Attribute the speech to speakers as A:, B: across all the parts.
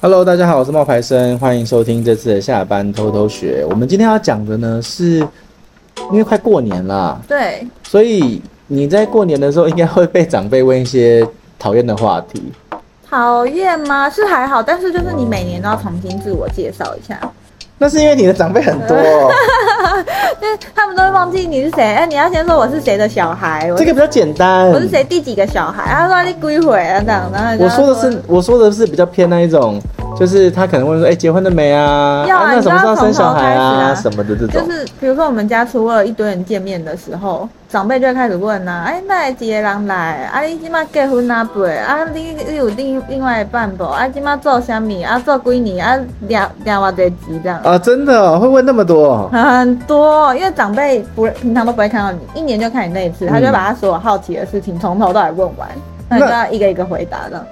A: Hello，大家好，我是冒牌生，欢迎收听这次的下班偷偷学。我们今天要讲的呢，是因为快过年啦，
B: 对，
A: 所以你在过年的时候应该会被长辈问一些讨厌的话题。
B: 讨厌吗？是还好，但是就是你每年都要重新自我介绍一下，
A: 那是因为你的长辈很多，
B: 因为他们都会忘记你是谁。哎、你要先说我是谁的小孩，我
A: 这
B: 是
A: 个比较简单。
B: 我是谁第几个小孩，他说你归回啊这样，然后你就
A: 我
B: 要
A: 说的是，哦我说的是比较偏那一种，就是他可能问说，哎、结婚了没啊？
B: 要啊
A: 那什么时候生小孩
B: 你知道
A: 啊？
B: 要从头开始啊
A: 什么的这种。
B: 就是比如说我们家初二一堆人见面的时候，长辈就会开始问呐、啊，哎，那几个人来？啊，你今嘛结婚啊不？啊，你你有另另外一半不？啊，今嘛做啥物？啊，做几年？啊，两两万多钱这样。
A: 啊，真的哦、会问那么多，
B: 很多，因为长辈不平常都不会看到你，一年就看你那一次，他就会把他所有好奇的事情从头到尾问完，
A: 嗯
B: 那你就要一个一个回答的。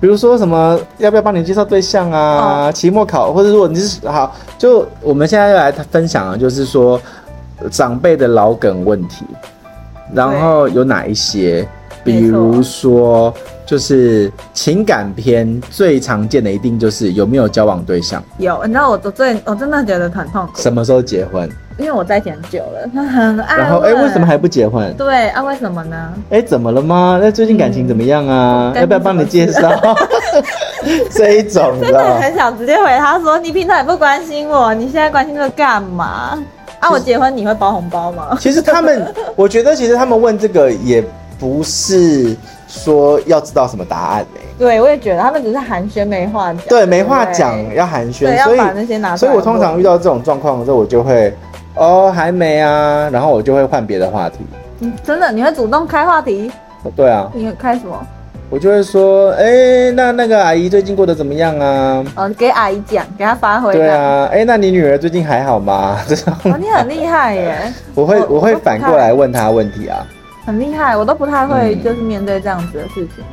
A: 比如说什么要不要帮你介绍对象啊，期末考，或者如果你是好，就我们现在要来分享的就是说呃长辈的老梗问题，然后有哪一些？
B: 没错
A: 比如说，就是情感篇最常见的一定就是有没有交往对象，
B: 有，你知道我我最我真的觉得很痛苦，
A: 什么时候结婚，
B: 因为我在一起很久了，他很爱
A: 然后哎、
B: 问
A: 为什么还不结婚？
B: 对啊？为什么呢？
A: 哎，怎么了吗？那最近感情怎么样啊？
B: 嗯
A: 要不要帮你介 绍？这一种
B: 真
A: 的
B: 的很想直接回他说：“你平常也不关心我，你现在关心这个干嘛？啊，我结婚你会包红包吗
A: 其实他 们，我觉得其实他们问这个也不是说要知道什么答案、欸、？”
B: 对，我也觉得他们只是寒暄没话讲，
A: 对，没话
B: 对
A: 讲，要寒暄
B: 对，，
A: 所
B: 要把那
A: 以
B: 些拿出
A: 所
B: 来问。
A: 以我通常遇到这种状况的时候，我就会哦还没啊，然后我就会换别的话题。
B: 嗯真的你会主动开话题，
A: 对啊，
B: 你会开什么？
A: 我就会说，哎、那那个阿姨最近过得怎么样啊？
B: 哦，给阿姨讲，给她发挥。
A: 对，啊，哎、那你女儿最近还好吗？ 这种
B: 哦，你很厉 害耶，
A: 我会
B: 我
A: 我会
B: 我不
A: 反过
B: 太
A: 来问他问题啊。
B: 很厉害，我都不太会
A: 嗯
B: 就是面对这样子的事情。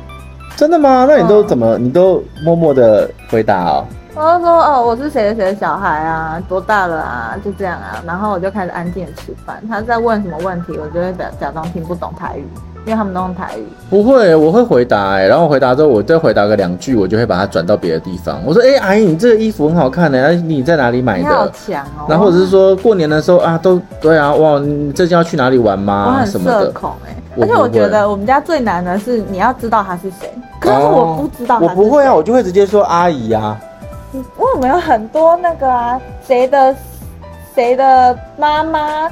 A: 真的吗？那你都
B: 嗯
A: 怎么？你都默默的回答哦。
B: 我就说哦，我是谁的谁的小孩啊，多大了啊，就这样啊。然后我就开始安静的吃饭。他在问什么问题，我就会假假装听不懂台语，因为他们都用台语。
A: 不会，我会回答、欸，然后我回答之后，我再回答个两句，我就会把它转到别的地方。我说，哎、阿姨，你这个衣服很好看呢、欸，哎你在哪里买
B: 你好
A: 的？
B: 强哦。
A: 然后或者是说过年的时候啊，都对啊，哇，你最近要去哪里玩
B: 我
A: 吗？
B: 很
A: 啊什么
B: 社
A: 的。
B: 恐哎、
A: 我
B: 而且
A: 不
B: 我觉
A: 会
B: 得我们家最难的是你要知道他是谁，可是我不知道他
A: 我
B: 是谁、
A: 不会啊，我就会直接说阿姨啊。
B: 因为我们有很多那个啊，谁的谁的妈妈，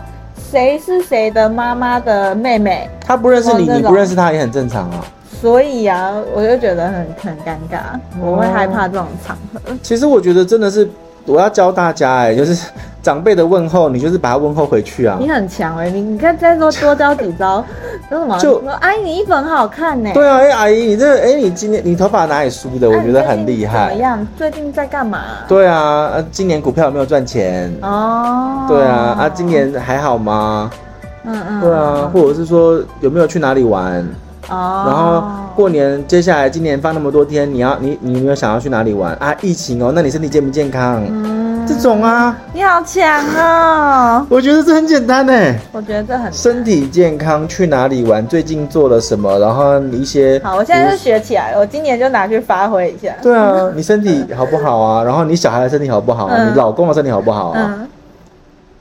B: 谁是谁的妈妈的妹妹，
A: 他不认识你，
B: 哦
A: 你
B: 这种
A: 不认识他也很正常啊。
B: 所以啊，我就觉得很很尴尬，我会害怕这种场合。
A: 其实我觉得真的是，我要教大家、欸，就是长辈的问候，你就是把他问候回去啊。
B: 你很强哎、你你看再多多教几 招，那什么？
A: 就
B: 说哎，你衣服很好看欸呢、
A: 对啊，哎、阿姨，你这哎、你今天你头发哪里梳的？我
B: 哎
A: 觉得
B: 你最
A: 很
B: 近
A: 厉害
B: 怎么。样？最近在干嘛？
A: 对啊，呃今年股票有没有赚钱？
B: 哦，
A: 对啊，啊，今，年还好吗？
B: 嗯嗯，
A: 对啊，或者是说有没有去哪里玩？
B: 哦，
A: 然后过年接下来今年放那么多天，你要你你有没有想要去哪里玩啊？疫情哦，那你身体健不健康？
B: 嗯
A: 这种啊，
B: 你好强哦，
A: 我觉得这很简单哎，
B: 我觉得这很
A: 身体健康，去哪里玩，最近做了什么，然后一些
B: 好，我现在就学起来了，我今年就拿去发挥一下。
A: 对啊，你身体好不好啊？然后你小孩的身体好不好啊？
B: 嗯
A: 你老公的身体好不好啊？
B: 嗯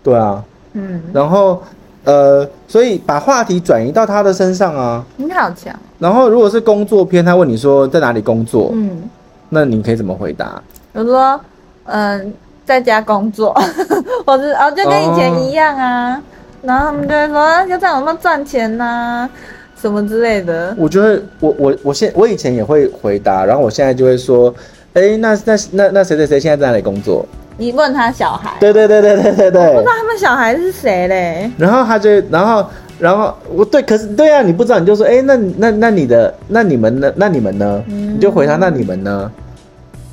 A: 对啊，
B: 嗯，
A: 然后呃，所以把话题转移到他的身上啊。
B: 你好强。
A: 然后如果是工作篇，他问你说在哪里工作，
B: 嗯，
A: 那你可以怎么回答？
B: 我说，嗯，在家工作， 我是哦，就跟以前一样啊。然后他们就会说，啊就这样有没有赚钱呐、什么之类的。
A: 我觉得我我我现我以前也会回答，然后我现在就会说，哎，那那那那谁谁谁现在在哪里工作？
B: 你问他小孩，
A: 对对对对对对
B: 不
A: 对
B: 知。道他们小孩是谁嘞？
A: 然后他就然后然后我对，可是对啊，你不知道你就说，哎，那那那你的那你们呢？那你们呢？
B: 嗯
A: 你就回答那你们呢？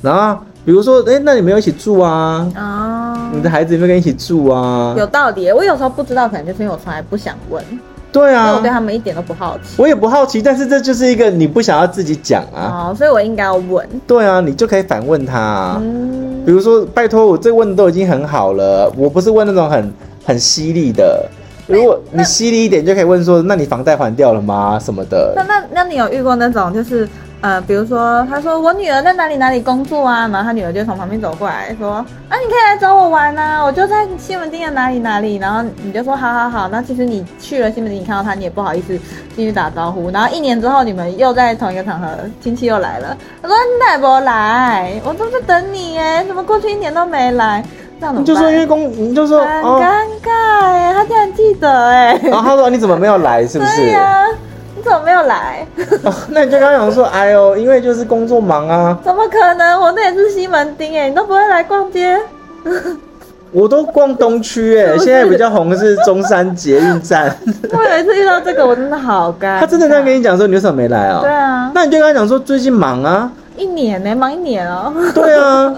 A: 然后比如说，哎，那你们有一起住啊？
B: 哦，
A: 你的孩子有没有跟你一起住啊？
B: 有道理。我有时候不知道，可能就是因为我从来不想问，因
A: 对
B: 为我
A: 啊
B: 对，他们一点都不好奇。
A: 我也不好奇，但是这就是一个你不想要自己讲啊。
B: 哦，所以我应该要问。
A: 对啊，你就可以反问他、啊，
B: 嗯。
A: 比如说，拜托，我这问的都已经很好了，我不是问那种很很犀利的。如果你犀利一点，就可以问说，那你房贷还掉了吗？什么
B: 那
A: 的。
B: 那那你有遇过那种就是呃，比如说他说我女儿在哪里哪里工作啊，然后他女儿就从旁边走过来说，啊，你可以来找我玩啊，我就在西门町的哪里哪里，然后你就说好好好，那其实你去了西门町，你看到他，你也不好意思进去打招呼，然后一年之后你们又在同一个场合，亲戚又来了，他说你哪不来，我都在等你耶，怎么过去一年都没来，这样怎么办？啊
A: 你就说因为公，你就说
B: 很
A: 哦，
B: 尴尬哎、他竟然记得哎、
A: 然后他说你怎么没有来，是不嗯是
B: 对？呀、你怎么 没有来？
A: 哦那你就跟他讲说，哎呦，因为就是工作忙啊，
B: 怎么可能？我那也是西门町哎，你都不会来逛街？
A: 我都逛东区哎、
B: 是不是
A: 现在比较红的是中山捷运 站。
B: 我有一次遇到这个，我真的好尴尬。
A: 他真的这样跟你讲说，你为什么没来啊、
B: 对啊，
A: 那你就跟他讲说最近忙啊，
B: 一年呢、忙一年哦、
A: 对啊，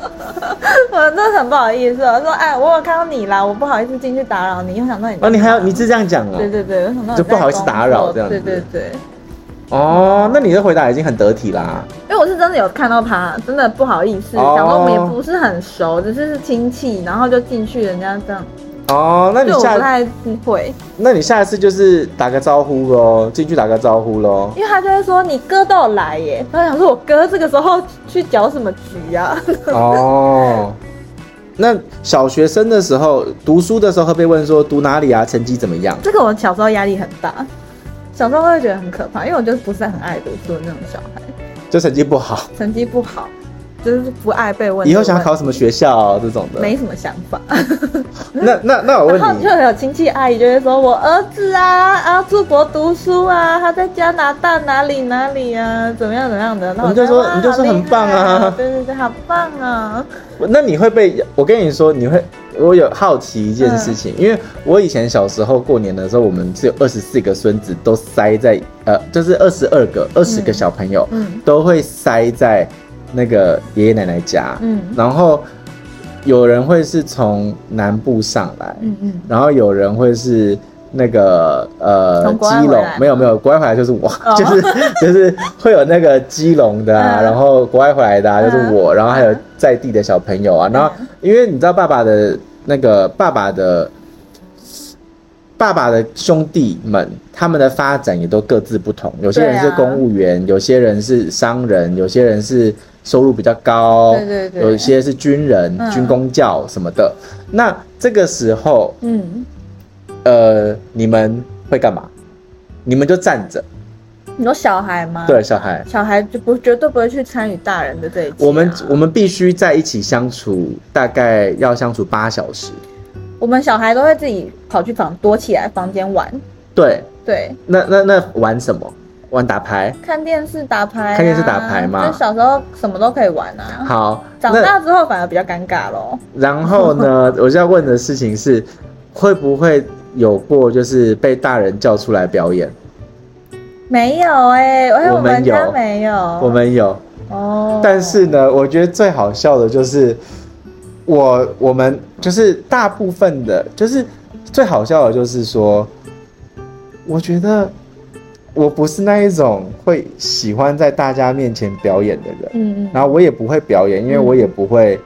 B: 我真的很不好意思、我说哎，我有看到你啦，我不好意思进去打扰你，又想到你。
A: 哦，你还要你是这样讲
B: 对
A: 哦，
B: 对对，我想到你
A: 就不好意思打扰这样子
B: 对对对，
A: 哦，那你的回答已经很得体啦，
B: 因为我是真的有看到他，真的不好意思，
A: 哦
B: 想说我们也不是很熟，只是是亲戚，然后就进去人家这样，
A: 哦，那你
B: 对我不
A: 下
B: 太会。
A: 那你下一次就是打个招呼喽，进去打个招呼喽。
B: 因为他就会说你哥都有来耶，然后想说我哥这个时候去搅什么局啊？
A: 哦，那小学生的时候读书的时候会被问说读哪里啊，成绩怎么样？
B: 这个我小时候压力很大，小时候会觉得很可怕，因为我就是不是很爱读书的那种小孩，
A: 就成绩不 好，
B: 成绩不好，就是不爱被问。
A: 以后想要考什么学校、啊这种的。
B: 没什么想法，
A: 那那那我
B: 然后
A: 问你
B: 就，有亲戚阿姨就会说：“我儿子啊，啊出国读书啊，他在加拿大哪里哪里啊，怎么样怎么样的。”然后
A: 你就说
B: 哇
A: 你就说
B: 好厉
A: 很棒啊
B: 害对对对，好棒啊！
A: 那你会被？我跟你说，你会。我有好奇一件事情，
B: 嗯
A: 因为我以前小时候过年的时候，我们只有二十四个孙子都塞在呃，就是二十二个二十个小朋友、
B: 嗯
A: 都会塞在那个爷爷奶奶家。
B: 嗯
A: 然后有人会是从南部上来，
B: 嗯嗯，
A: 然后有人会是那个呃
B: 从国外
A: 基
B: 回
A: 隆
B: 来吗，
A: 没有没有，国外回来就是我，
B: 哦
A: 就是就是会有那个基隆的啊，
B: 嗯
A: 然后国外回来的啊，
B: 嗯
A: 就是我，然后还有在地的小朋友啊，然后因为你知道爸爸的那个爸爸的。爸爸的兄弟们，他们的发展也都各自不同。有些人是
B: 对啊
A: 公务员，有些人是商人，有些人是收入比较高，
B: 对对对
A: 有一些是军人、
B: 嗯
A: 军工教什么的。那这个时候，
B: 嗯，
A: 呃，你们会干嘛？你们就站着，
B: 嗯你说小孩吗？
A: 对，小孩，
B: 小孩就不绝对不会去参与大人的这一切啊、
A: 我们我们必须在一起相处，大概要相处八小时。
B: 我们小孩都会自己跑去房躲起来房间玩，
A: 对，
B: 对，
A: 那那那玩什么？玩打牌。
B: 看电视打牌、啊，
A: 看电视打牌嘛
B: 就小时候什么都可以玩啊，
A: 好，
B: 长
A: 那
B: 大之后反而比较尴尬咯。
A: 然后 呢，我就要问的事情是，会不会有过就是被大人叫出来表演？
B: 没有哎、哎，
A: 我
B: 我
A: 们
B: 们家
A: 有
B: 没有，
A: 我们有，
B: 哦，
A: 但是呢，我觉得最好笑的就是我我们就是大部分的，就是最好笑的就是说，我觉得我不是那一种会喜欢在大家面前表演的人，
B: 嗯嗯，
A: 然后我也不会表演，因为
B: 嗯
A: 我也不会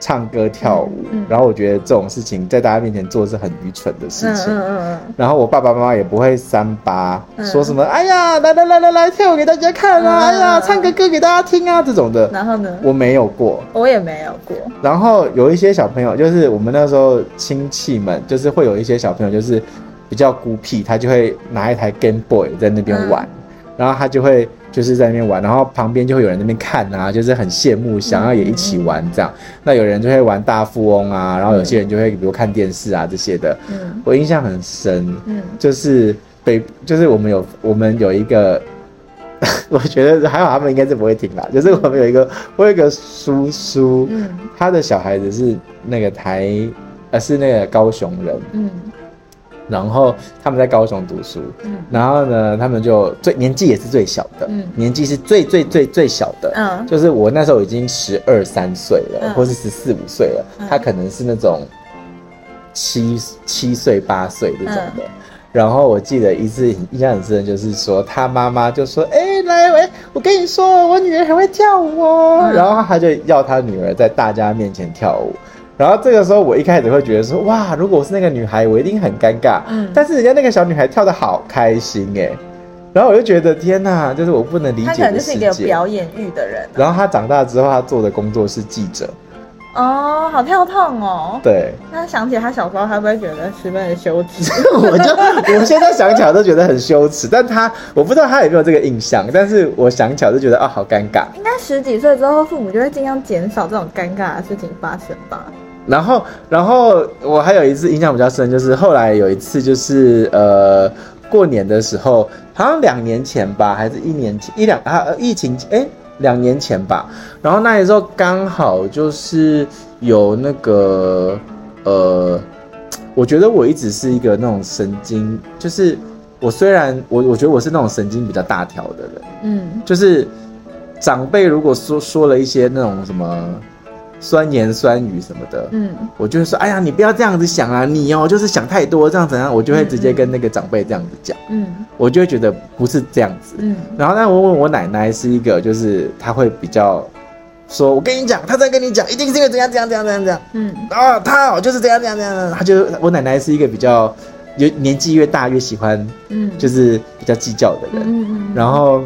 A: 唱歌跳舞，
B: 嗯嗯
A: 然后我觉得这种事情在大家面前做是很愚蠢的事
B: 嗯
A: 情。
B: 嗯嗯
A: 然后我爸爸妈妈也不会三八，
B: 嗯
A: 说什么哎呀，来来来来来，跳舞给大家看啊，
B: 嗯
A: 哎呀，唱个歌给大家听啊这种的
B: 嗯，，然后呢？
A: 我没有过。
B: 我也没有过，
A: 然后有一些小朋友，就是我们那时候亲戚们，就是会有一些小朋友就是比较孤僻，他就会拿一台 Game Boy 在那边玩，然后他就会就是在那边玩，然后旁边就会有人在那边看啊，就是很羡慕，想要也一起玩这样。那有人就会玩大富翁啊，然后有些人就会比如看电视啊这些的。
B: 嗯
A: 我印象很深，
B: 嗯，
A: 就是北，就是我们有我们有一个， 我觉得还好他们应该是不会听啦。就是我们有一个，我有一个叔叔，
B: 嗯
A: 他的小孩子是那个台，呃，是那个高雄人，
B: 嗯
A: 然后他们在高雄读书，
B: 嗯
A: 然后呢，他们就最年纪也是最小的，
B: 嗯
A: 年纪是最最最最小的，
B: 嗯
A: 就是我那时候已经十二三岁了，
B: 嗯
A: 或是十四五岁了，
B: 嗯
A: 他可能是那种七七岁八岁这种的。
B: 嗯
A: 然后我记得一次印象很深的就是说，他妈妈就说：“哎、来，喂，我跟你说，我女儿很会跳舞哦。
B: 嗯
A: 然后他就要他女儿在大家面前跳舞。然后这个时候，我一开始会觉得说：“哇，如果我是那个女孩，我一定很尴尬。
B: 嗯
A: 但是人家那个小女孩跳得好开心哎、然后我就觉得天哪，就是我不能理
B: 他可
A: 解
B: 能就
A: 的
B: 是
A: 世
B: 一个有
A: 界。
B: 表演欲的人
A: 然后他长大之后，他做的工作是记者，
B: 哦，好跳痛哦。
A: 对。
B: 那想起他小时候，他会不会觉得十分的羞耻？
A: 我就我现在想起来都觉得很羞耻，但他我不知道他有没有这个印象，但是我想起来就觉得啊，好尴尬。
B: 应该十几岁之后，父母就会尽量减少这种尴尬的事情发生吧。
A: 然后，然后我还有一次印象比较深，就是后来有一次，就是呃，过年的时候，好像两年前吧，还是一年前一两啊，呃疫情哎，两年前吧。然后那时候刚好就是有那个呃，我觉得我一直是一个那种神经，就是我虽然我我觉得我是那种神经比较大条的人，
B: 嗯，
A: 就是长辈如果说说了一些那种什么酸言酸语什么的，
B: 嗯，
A: 我就会说，哎呀，你不要这样子想啊，你哦就是想太多，这样怎样？我就会直接跟那个长辈这样子讲，
B: 嗯，
A: 我就会觉得不是这样子。
B: 嗯，
A: 然后，但我问我奶奶是一个，就是她会比较说，我跟你讲，她在跟你讲，一定是因为怎样怎样怎样怎样怎样
B: 嗯，
A: 啊，她哦就是怎样怎样怎样怎样，她就我奶奶是一个比较，有年纪越大越喜欢
B: 嗯，，
A: 就是是比较计较的人，
B: 嗯嗯，
A: 然后，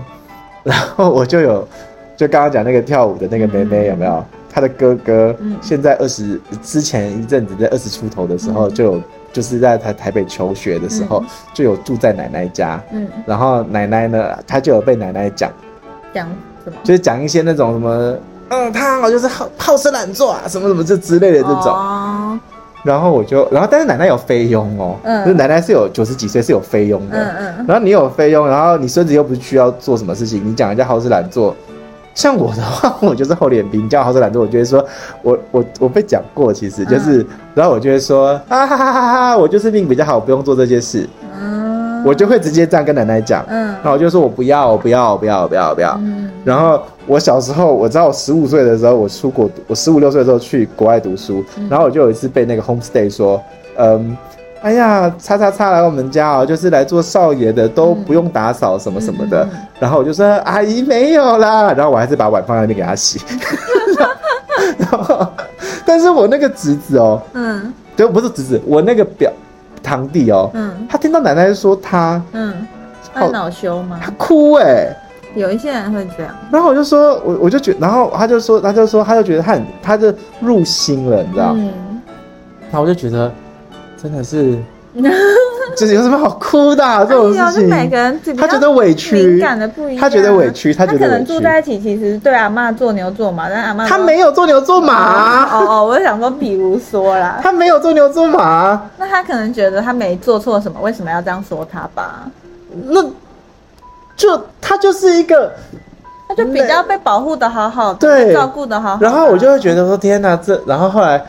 A: 然后我就有，就刚刚讲那个跳舞的那个妹妹有没有？她的哥哥
B: 嗯
A: 现在二十之前一阵子在二十出头的时候，
B: 嗯
A: 就有就是在台台北求学的时候
B: 嗯，
A: 就有住在奶奶家。
B: 嗯，
A: 然后奶奶呢，她就有被奶奶讲，
B: 讲什么？
A: 就是讲一些那种什么，嗯，她好就是好好吃懒做啊，什么什么这之类的这种。
B: 哦
A: 然后我就，然后但是奶奶有菲佣哦，
B: 嗯
A: 就是奶奶是有九十几岁是有菲佣的，
B: 嗯嗯，
A: 然后你有费用，然后你孙子又不是需要做什么事情，你讲人家好吃懒做。像我的话， 我就是厚脸皮，你叫我好吃懒做，我就会说，我我我被讲过，其实就是，然后我就会说，啊哈哈哈哈哈，我就是命比较好，不用做这些事，
B: 嗯，
A: 我就会直接这样跟奶奶讲，
B: 嗯
A: 然后我就说我不要，我不要，我不要，我不要，我不要。
B: 嗯
A: 然后我小时候，我知道我十五岁的时候，我出国，我十五六岁的时候去国外读书，
B: 嗯
A: 然后我就有一次被那个 homestay 说，嗯，哎呀，叉叉叉来我们家哦，就是来做少爷的，都不用打扫什么什么的。
B: 嗯嗯嗯嗯
A: 然后我就说阿姨没有啦，然后我还是把碗放在那边给他 洗。然后，但是我那个侄子哦，
B: 嗯
A: 就不是侄子，我那个表堂弟哦，
B: 嗯
A: 他听到奶奶说他，
B: 嗯，他恼羞吗
A: 他？哭哎、
B: 有一些人会这样，
A: 然后我就说，我我就觉，然后他就说，他就说，他就觉得他很，他就入心了，你知道？
B: 嗯，
A: 然后我就觉得，真的是，就是有什么好哭的啊、这种
B: 哎呦
A: 事
B: 这每个
A: 情？
B: 人比
A: 他
B: 较
A: 觉得委屈
B: 敏感的不一样啊，
A: 他觉得委屈他觉得
B: 可
A: 委
B: 能
A: 屈
B: 住在一起，其实对阿妈做牛做马，但阿妈
A: 啊他没有做牛做马，
B: 哦哦，我就想说，比如说啦，
A: 他没有做牛做马，
B: 那他可能觉得他没做错什么，为什么要这样说他吧？
A: 那就他就是一个。
B: 他就比较被保护的好好的，
A: 对
B: 被照顾的好哦好的。嗯
A: 然后我就会觉得说，天哪，这，然后后来。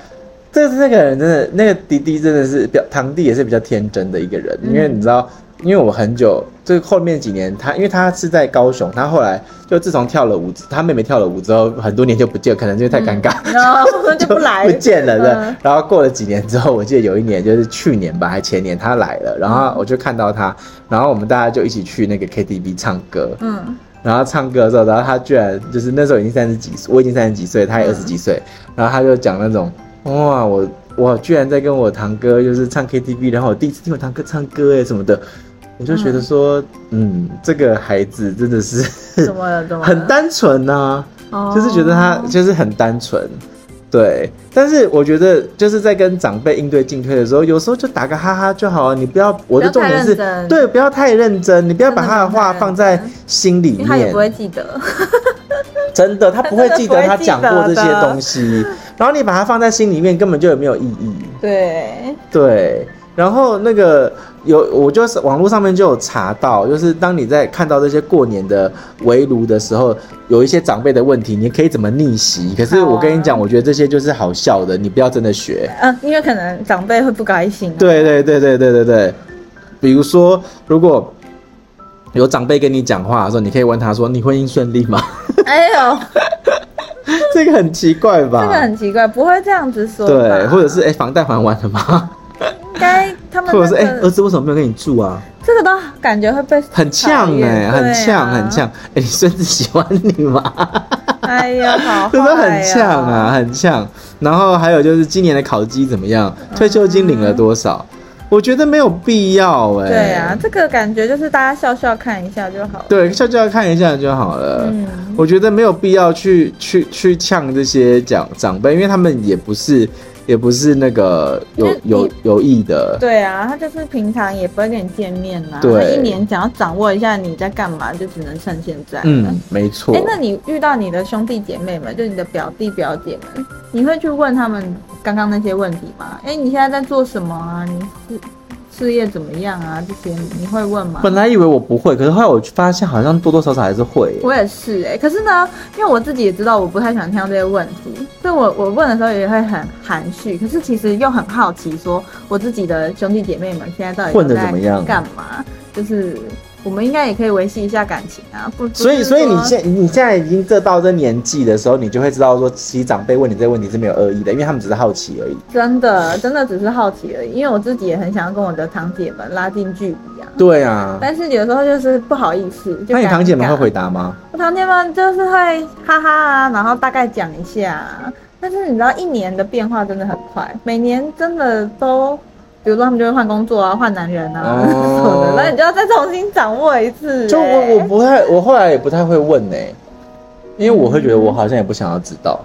A: 这那个人真的，那个弟弟真的是表堂弟也是比较天真的一个人，
B: 嗯
A: 因为你知道，因为我很久，就是后面几年他，因为他是在高雄，他后来就自从跳了舞，他妹妹跳了舞之后，很多年就不见，可能因为太尴尬，
B: 然后嗯就不 来，
A: 不见了的。
B: 嗯
A: 然后过了几年之后，我记得有一年就是去年吧，还前年他来了，然后
B: 嗯
A: 我就看到他，然后我们大家就一起去那个 KTV 唱歌，
B: 嗯
A: 然后唱歌的时候，然后他居然就是那时候已经三十几，我已经三十几岁，他也二十几岁，然后他就讲那种，哇，我我居然在跟我堂哥就是唱 KTV，然后我第一次听我堂哥唱歌哎什么的，我就觉得说，嗯这个孩子真的是
B: 怎么了？怎么了
A: 很，单纯呐、
B: 哦
A: 就是觉得他就是很单纯。对，但是我觉得就是在跟长辈应对进退的时候，有时候就打个哈哈就好了。你不要，我的
B: 不
A: 重
B: 要太
A: 点是
B: 认真
A: 对，不要太认真，你不要把他的话
B: 真的不要
A: 放
B: 太认真
A: 在心里
B: 因为
A: 面。
B: 他也不会记得。
A: 真的，他不会记得他
B: 他真的
A: 讲
B: 不会
A: 过
B: 记得
A: 这些东西，然后你把它放在心里面，根本就有没有意义。
B: 对，
A: 对，然后那个有，我就是网络上面就有查到，就是当你在看到这些过年的围炉的时候，有一些长辈的问题，你可以怎么逆袭？可是
B: 好啊
A: 我跟你讲，我觉得这些就是好笑的，你不要真的学。
B: 嗯，因为可能长辈会不高兴、啊。，
A: 对对对对对对对，比如说，如果有长辈跟你讲话的时候，你可以问他说：“你婚姻顺利吗？”
B: 哎呦，
A: 这个很奇怪吧？
B: 这个很奇怪，不会这样子说吧。
A: 对，或者是哎、诶房贷还完了吗？
B: 应该他 们、那
A: 或者
B: 个、
A: 是哎、诶儿子为什么没有跟你住啊？
B: 这个都感觉会被
A: 很呛哎、
B: 哎、
A: 很呛，很
B: 呛。
A: 呛。 哎、你孙子喜欢你吗？
B: 哎呀， 好、哦，
A: 真的很呛
B: 嗯
A: 啊，很呛。然后还有就是今年的考绩怎么样？退休金领了多少？我觉得没有必要哎、
B: 对啊，，这个感觉就是大家笑笑看一下就好了。
A: 对，笑笑看一下就好了。
B: 嗯
A: 我觉得没有必要去去去呛这些长长辈，因为他们也不是也不是那个有
B: 就是
A: 有有意的。
B: 对啊，他就是平常也不会跟你见面啦、
A: 对
B: 他一年想要掌握一下你在干嘛，就只能趁现在。
A: 嗯，没错。
B: 啊哎、那你遇到你的兄弟姐妹们，就你的表弟表姐们，你会去问他们刚刚那些问题吗？哎、你现在在做什么啊？你事事业怎么样啊？这些你会问吗？
A: 本来以为我不会，可是后来我发现好像多多少少还是会耶。
B: 我也是哎、可是呢，因为我自己也知道我不太喜欢听到这些问题，所以我我问的时候也会很含蓄，可是其实又很好奇，说我自己的兄弟姐妹们现在到底
A: 混得
B: 都在
A: 怎么样啊
B: 干嘛？就是我们应该也可以维系一下感情啊，不？不
A: 所以，
B: 是
A: 所以你
B: 说
A: 现你现在已经这到这年纪的时候，你就会知道说，其实长辈问你这个问题是没有恶意的，因为他们只是好奇而已。
B: 真的真的只是好奇而已，因为我自己也很想要跟我的堂姐们拉近距离啊。
A: 对啊，
B: 但是有时候就是不好意思，就
A: 那你堂姐们
B: 尴
A: 会
B: 尬
A: 回答吗？
B: 我堂姐们就是会哈哈啊，然后大概讲一下啊。但是你知道，一年的变化真的很快，每年真的都，比如说他们就会换工作啊、换男人啊、
A: 哦
B: 什 么的，那你就要再重新掌握一次、
A: 就
B: 欸
A: 我我不太，我后来也不太会问呢、因为我会觉得我好像也不想要知道。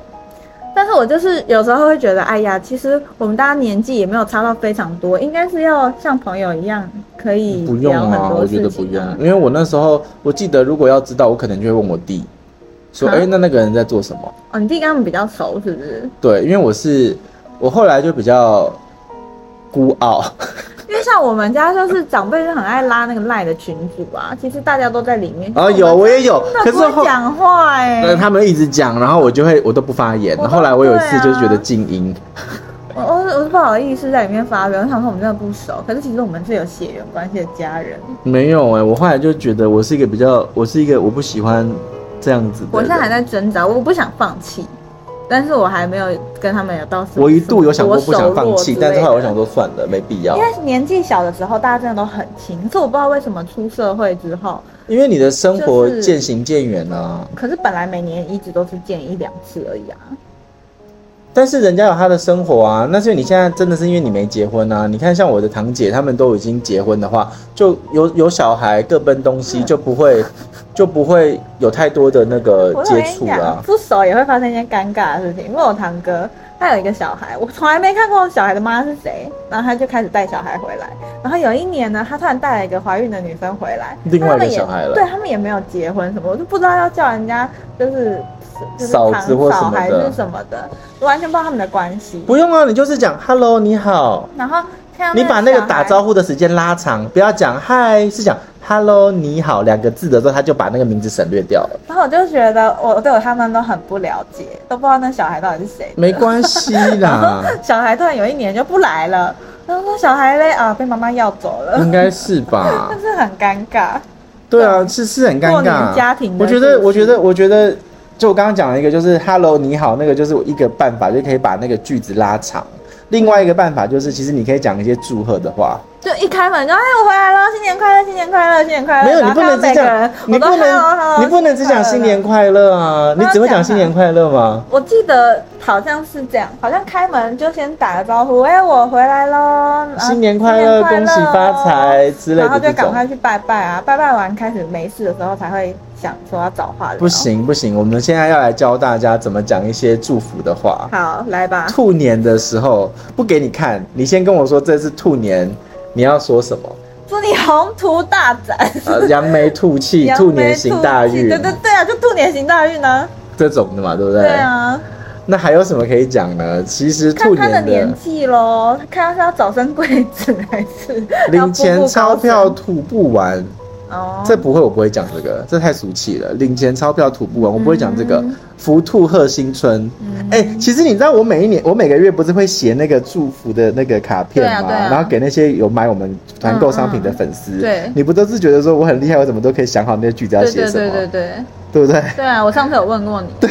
B: 但是我就是有时候会觉得，哎呀，其实我们大家年纪也没有差到非常多，应该是要像朋友一样，可以
A: 不用
B: 聊很
A: 啊，我
B: 多
A: 觉
B: 事
A: 得不
B: 情、
A: 用，因为我那时候我记得，如果要知道，我可能就会问我弟，说，
B: 啊
A: 哎、那那个人在做什么？
B: 哦，你弟跟他们比较熟，是不是？
A: 对，因为我是我后来就比较孤 傲，
B: 因为像我们家就是长辈就很爱拉那个赖的群主啊，其实大家都在里面。
A: 啊，有我也有，可
B: 真
A: 是
B: 的不
A: 后
B: 会讲话哎、
A: 呃他们一直讲，然后我就会我都不发言。
B: 我都
A: 后来我有一次
B: 对啊
A: 就是觉得静音，
B: 我我我是不好意思在里面发表，我想说我们真的不熟，可是其实我们是有血缘关系的家人。
A: 没有哎、我后来就觉得我是一个比较，我是一个我不喜欢这样子的人。
B: 我现在还在挣扎，我不想放弃，但是我还没有跟他们有到什么
A: 我一度有想过
B: 什
A: 不
B: 么多
A: 想放弃
B: 熟，络之类
A: 但
B: 的
A: 是后来我想说算了，没必要
B: 因。为年纪小的时候，大家真的都很亲，可是我不知道为什么出社会之后，
A: 因为你的生活
B: 就是
A: 渐行渐远啊，
B: 可是本来每年一直都是见一两次而已啊。
A: 但是人家有他的生活啊。那所以你现在真的是因为你没结婚啊。你看像我的堂姐，他们都已经结婚的话，就有有小孩各奔东西，就不 会就不会有太多的那个
B: 我有
A: 接
B: 跟
A: 触
B: 你
A: 啊
B: 讲，。不熟也会发生一件尴尬的事情。因为我堂哥他有一个小孩，我从来没看过我小孩的妈是谁，然后他就开始带小孩回来。然后有一年呢，他突然带了一个怀孕的女生回来，
A: 另外一个
B: 他们也
A: 小孩了
B: 对他们也没有结婚什么，我就不知道要叫人家就是就是
A: 嫂
B: 堂
A: 子或什
B: 嫂
A: 么的
B: 还是什么的，我完全不知道他们的关系。
A: 不用啊，你就是讲 “hello，你好
B: 然后看”，到
A: 你把那个
B: 小孩
A: 打招呼的时间拉长，不要讲“嗨”，是讲 “hello，你好”两个字的时候，他就把那个名字省略掉了。
B: 然后我就觉得我对我他们都很不了解，都不知道那小孩到底是谁的。
A: 没关系 啦，
B: 小孩突然有一年就不来了，然后说小孩嘞啊被妈妈要走了，
A: 应 该是吧
B: 但？是很尴尬。
A: 对啊，是是很尴
B: 过
A: 尬。
B: 年家庭的
A: 我觉得，
B: 故事
A: 我觉得，我觉得，就我刚刚讲了一个，就是 “hello，你好”，那个就是我一个办法，就可以把那个句子拉长。另外一个办法就是，其实你可以讲一些祝贺的话，
B: 就一开门就哎我回来了，新年快乐，新年快乐，新年快乐。
A: 没有，你
B: 然后
A: 不
B: 看到
A: 能只
B: 每个
A: 讲
B: 人，
A: 你
B: 我都
A: 不
B: hello hello，
A: 能，你不能只讲新年
B: 快
A: 快
B: 乐。
A: 乐啊！你
B: 那
A: 只会
B: 讲
A: 讲新年快乐吗？
B: 我记得好像是这样，好像开门就先打个招呼，哎、我回来喽，啊
A: 新年快乐，恭喜发，财之
B: 新
A: 类
B: 年快乐然后
A: 的
B: 就
A: 这
B: 赶
A: 种。
B: 快去拜拜啊，拜拜完开始没事的时候才会想说要找话聊。
A: 不，行不行，我们现在要来教大家怎么讲一些祝福的话。
B: 好来吧，
A: 兔年的时候不给你看，你先跟我说这是兔年，你要说什 么？
B: 祝你宏图大展。
A: 呃，扬眉吐气，
B: 扬眉
A: 兔年行大
B: 吐气
A: 运，
B: 对对对啊，就兔年行大运呢。
A: 这种的嘛，对不对？
B: 对啊，
A: 那还有什么可以讲呢？其实
B: 看
A: 兔
B: 他
A: 年
B: 的年纪喽，看他是要早生贵子还是要步步高
A: 领钱钞票
B: 升
A: 吐不完，
B: 哦，
A: 这不会，我不会讲这个，这太俗气了。领钱钞票吐不完，我不会讲这个
B: 嗯。
A: 福兔贺新春，
B: 嗯
A: 哎、其实你知道，我每一年，我每个月不是会写那个祝福的那个卡片
B: 对啊
A: 吗？
B: 对啊
A: 然后给那些有买我们团购商品的粉丝、
B: 嗯嗯对
A: 你不都是觉得说我很厉害，我怎么都可以想好那些句子要
B: 对
A: 写
B: 对
A: 什么，
B: 对对对
A: 对不对？
B: 对啊，我上次有问过你，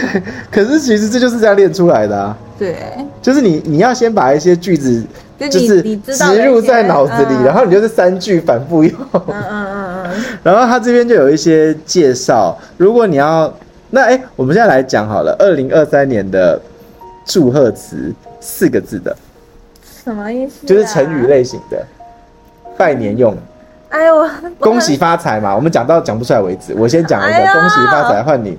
A: 可是其实这就是这样练出来的、啊，
B: 对，
A: 就是你你要先把一些句子
B: 就你
A: 就是
B: 你知道的一
A: 植
B: 些
A: 入在脑子里，
B: 嗯
A: 然后你就是三句反复 用。
B: 嗯嗯嗯嗯，
A: 然后它这边就有一些介绍，如果你要，那哎，我们现在来讲好了，二零二三年的祝贺词四个字的，
B: 什么意思啊？啊
A: 就是成语类型的，拜年用，
B: 哎呦，
A: 恭喜发财嘛。我们讲到讲不出来为止，我先讲一
B: 哎
A: 个，
B: 呀
A: 恭喜发财，换 你，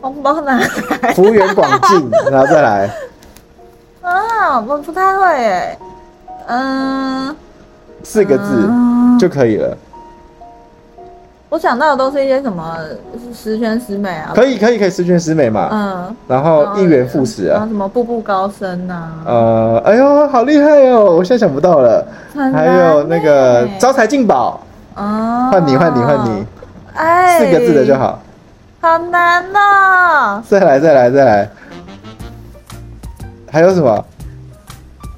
B: 红包拿来
A: 幅员广进，然后再来，
B: 啊！我不太会哎，嗯，
A: 四个字
B: 嗯
A: 就可以了。
B: 我想到的都是一些什么十全十美啊，
A: 可以，可以，可以，十全十美嘛。
B: 嗯，
A: 然后一元复始
B: 然后
A: 啊。
B: 嗯什么步步高升呐、啊，
A: 呃，哎呦，好厉害哦！我现在想不到了。
B: 很难
A: 还有那个
B: 欸
A: 招财进宝，
B: 啊，
A: 换你，换你，换你，
B: 哎，
A: 四个字的就，好。
B: 好难哦呐、
A: 再来，再来，再来。还有什么？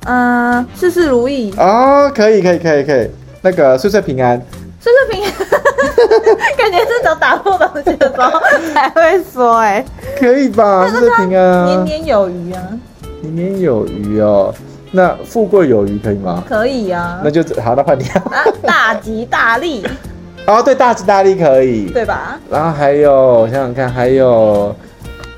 B: 嗯，事事如意，
A: 哦，可以，可以，可以，可以。那个岁岁平安，
B: 岁岁平安， 感觉是找打破东西的时候才会说、哎，
A: 可以吧？岁岁平
B: 年
A: 安，
B: 年有余啊，
A: 年年有余哦。那富贵有余可以吗？
B: 可以啊
A: 那，就好，那换你。
B: 啊，大吉大利，
A: 哦，对，大吉大利可以。
B: 对吧？
A: 然后还有，我想想看，还有，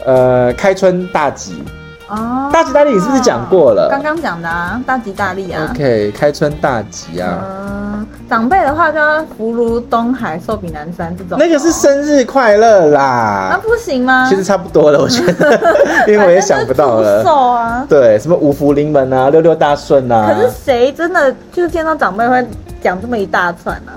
A: 呃，开春大吉。
B: 哦，
A: 大吉大利你是不是讲过了嗯
B: 刚刚讲的啊，大吉大利啊。
A: OK，开春大吉啊。
B: 嗯，长辈的话就要福如东海，寿比南山这种。
A: 那个是生日快乐啦。
B: 啊，不行吗？
A: 其实差不多了，我觉 得，因为我也想不到
B: 反正就是
A: 了。
B: 祝寿啊，
A: 对，什么五福临门啊，六六大顺啊，
B: 可是谁真的就是见到长辈会讲这么一大串啊？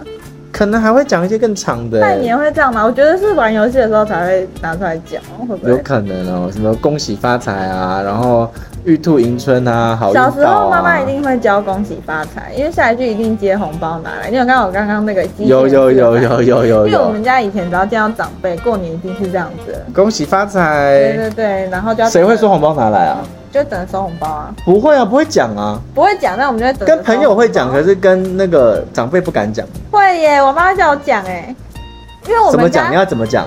A: 可能还会讲一些更长的、欸
B: 拜年会这样吗？我觉得是玩游戏的时候才会拿出来讲，会不
A: 有
B: 会？
A: 可能哦，什么恭喜发财啊，然后玉兔迎春啊，好运到
B: 小
A: 啊。
B: 时候妈妈一定会教恭喜发财，因为下一句一定接红包拿来。你有看到我刚刚那个机器人
A: 有有有
B: 示
A: 有
B: 范
A: 有有
B: 因为我们
A: 有，
B: 家以前只要见到长辈，过年一定是这样子的。
A: 恭喜发
B: 对
A: 财
B: 对。对，然后就要
A: 哎谁会收？红包拿来啊？
B: 就等着收红包啊，
A: 不会啊，不会讲啊，
B: 不会讲，但我们就会等着收
A: 跟朋友会讲，可是跟那个长辈不敢讲。
B: 会耶，我妈会叫我讲哎，因为我
A: 怎么
B: 们
A: 讲？
B: 家
A: 你要怎么讲？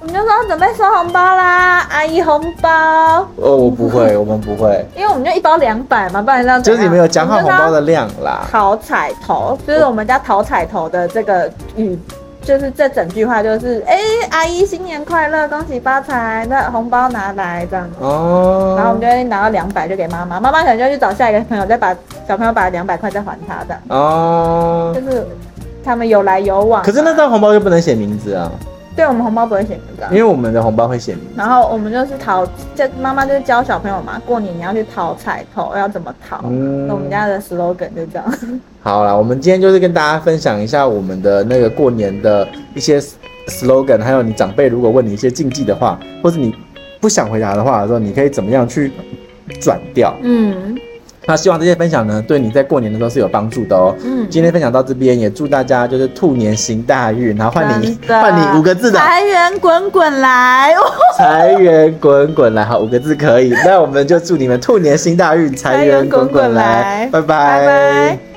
B: 我们就说准备收红包啦，阿姨红包，
A: 哦，我不会，我们不会，
B: 因为我们就一包两百嘛，不然这样啊
A: 就是你们有讲好红包的
B: 我们
A: 量
B: 就
A: 啦
B: 是要。讨彩头，就是我们家讨彩头的这个语。就是这整句话，就是哎、阿姨新年快乐，恭喜发财，那红包拿来这样子，
A: 哦，
B: 然后我们就会拿到两百就给妈妈，妈妈可能就去找下一个朋友，再把小朋友把两百块再还他的，
A: 哦
B: 就，是他们有来有往啊。
A: 可是那张红包就不能写名字啊，
B: 对我们红包不会写名字啊
A: 因，为我们的红包会写名字。
B: 然后我们就是讨，这妈妈就是教小朋友嘛，过年你要去讨彩头，要怎么讨。
A: 嗯
B: 那我们家的 slogan 就这样。
A: 好啦，我们今天就是跟大家分享一下我们的那个过年的一些 slogan，还有你长辈如果问你一些禁忌的话，或是你不想回答的话的时候，你可以怎么样去转掉。
B: 嗯
A: 那希望这些分享呢，对你在过年的时候是有帮助的哦。
B: 嗯，
A: 今天分享到这边，也祝大家就是兔年行大运，然后换你
B: 真的
A: 换你五个字的哦
B: 财源滚滚来，
A: 财源滚滚来，好，五个字可以。那我们就祝你们兔年行大运，财源滚滚来，
B: 财源
A: 拜
B: 滚滚来拜拜。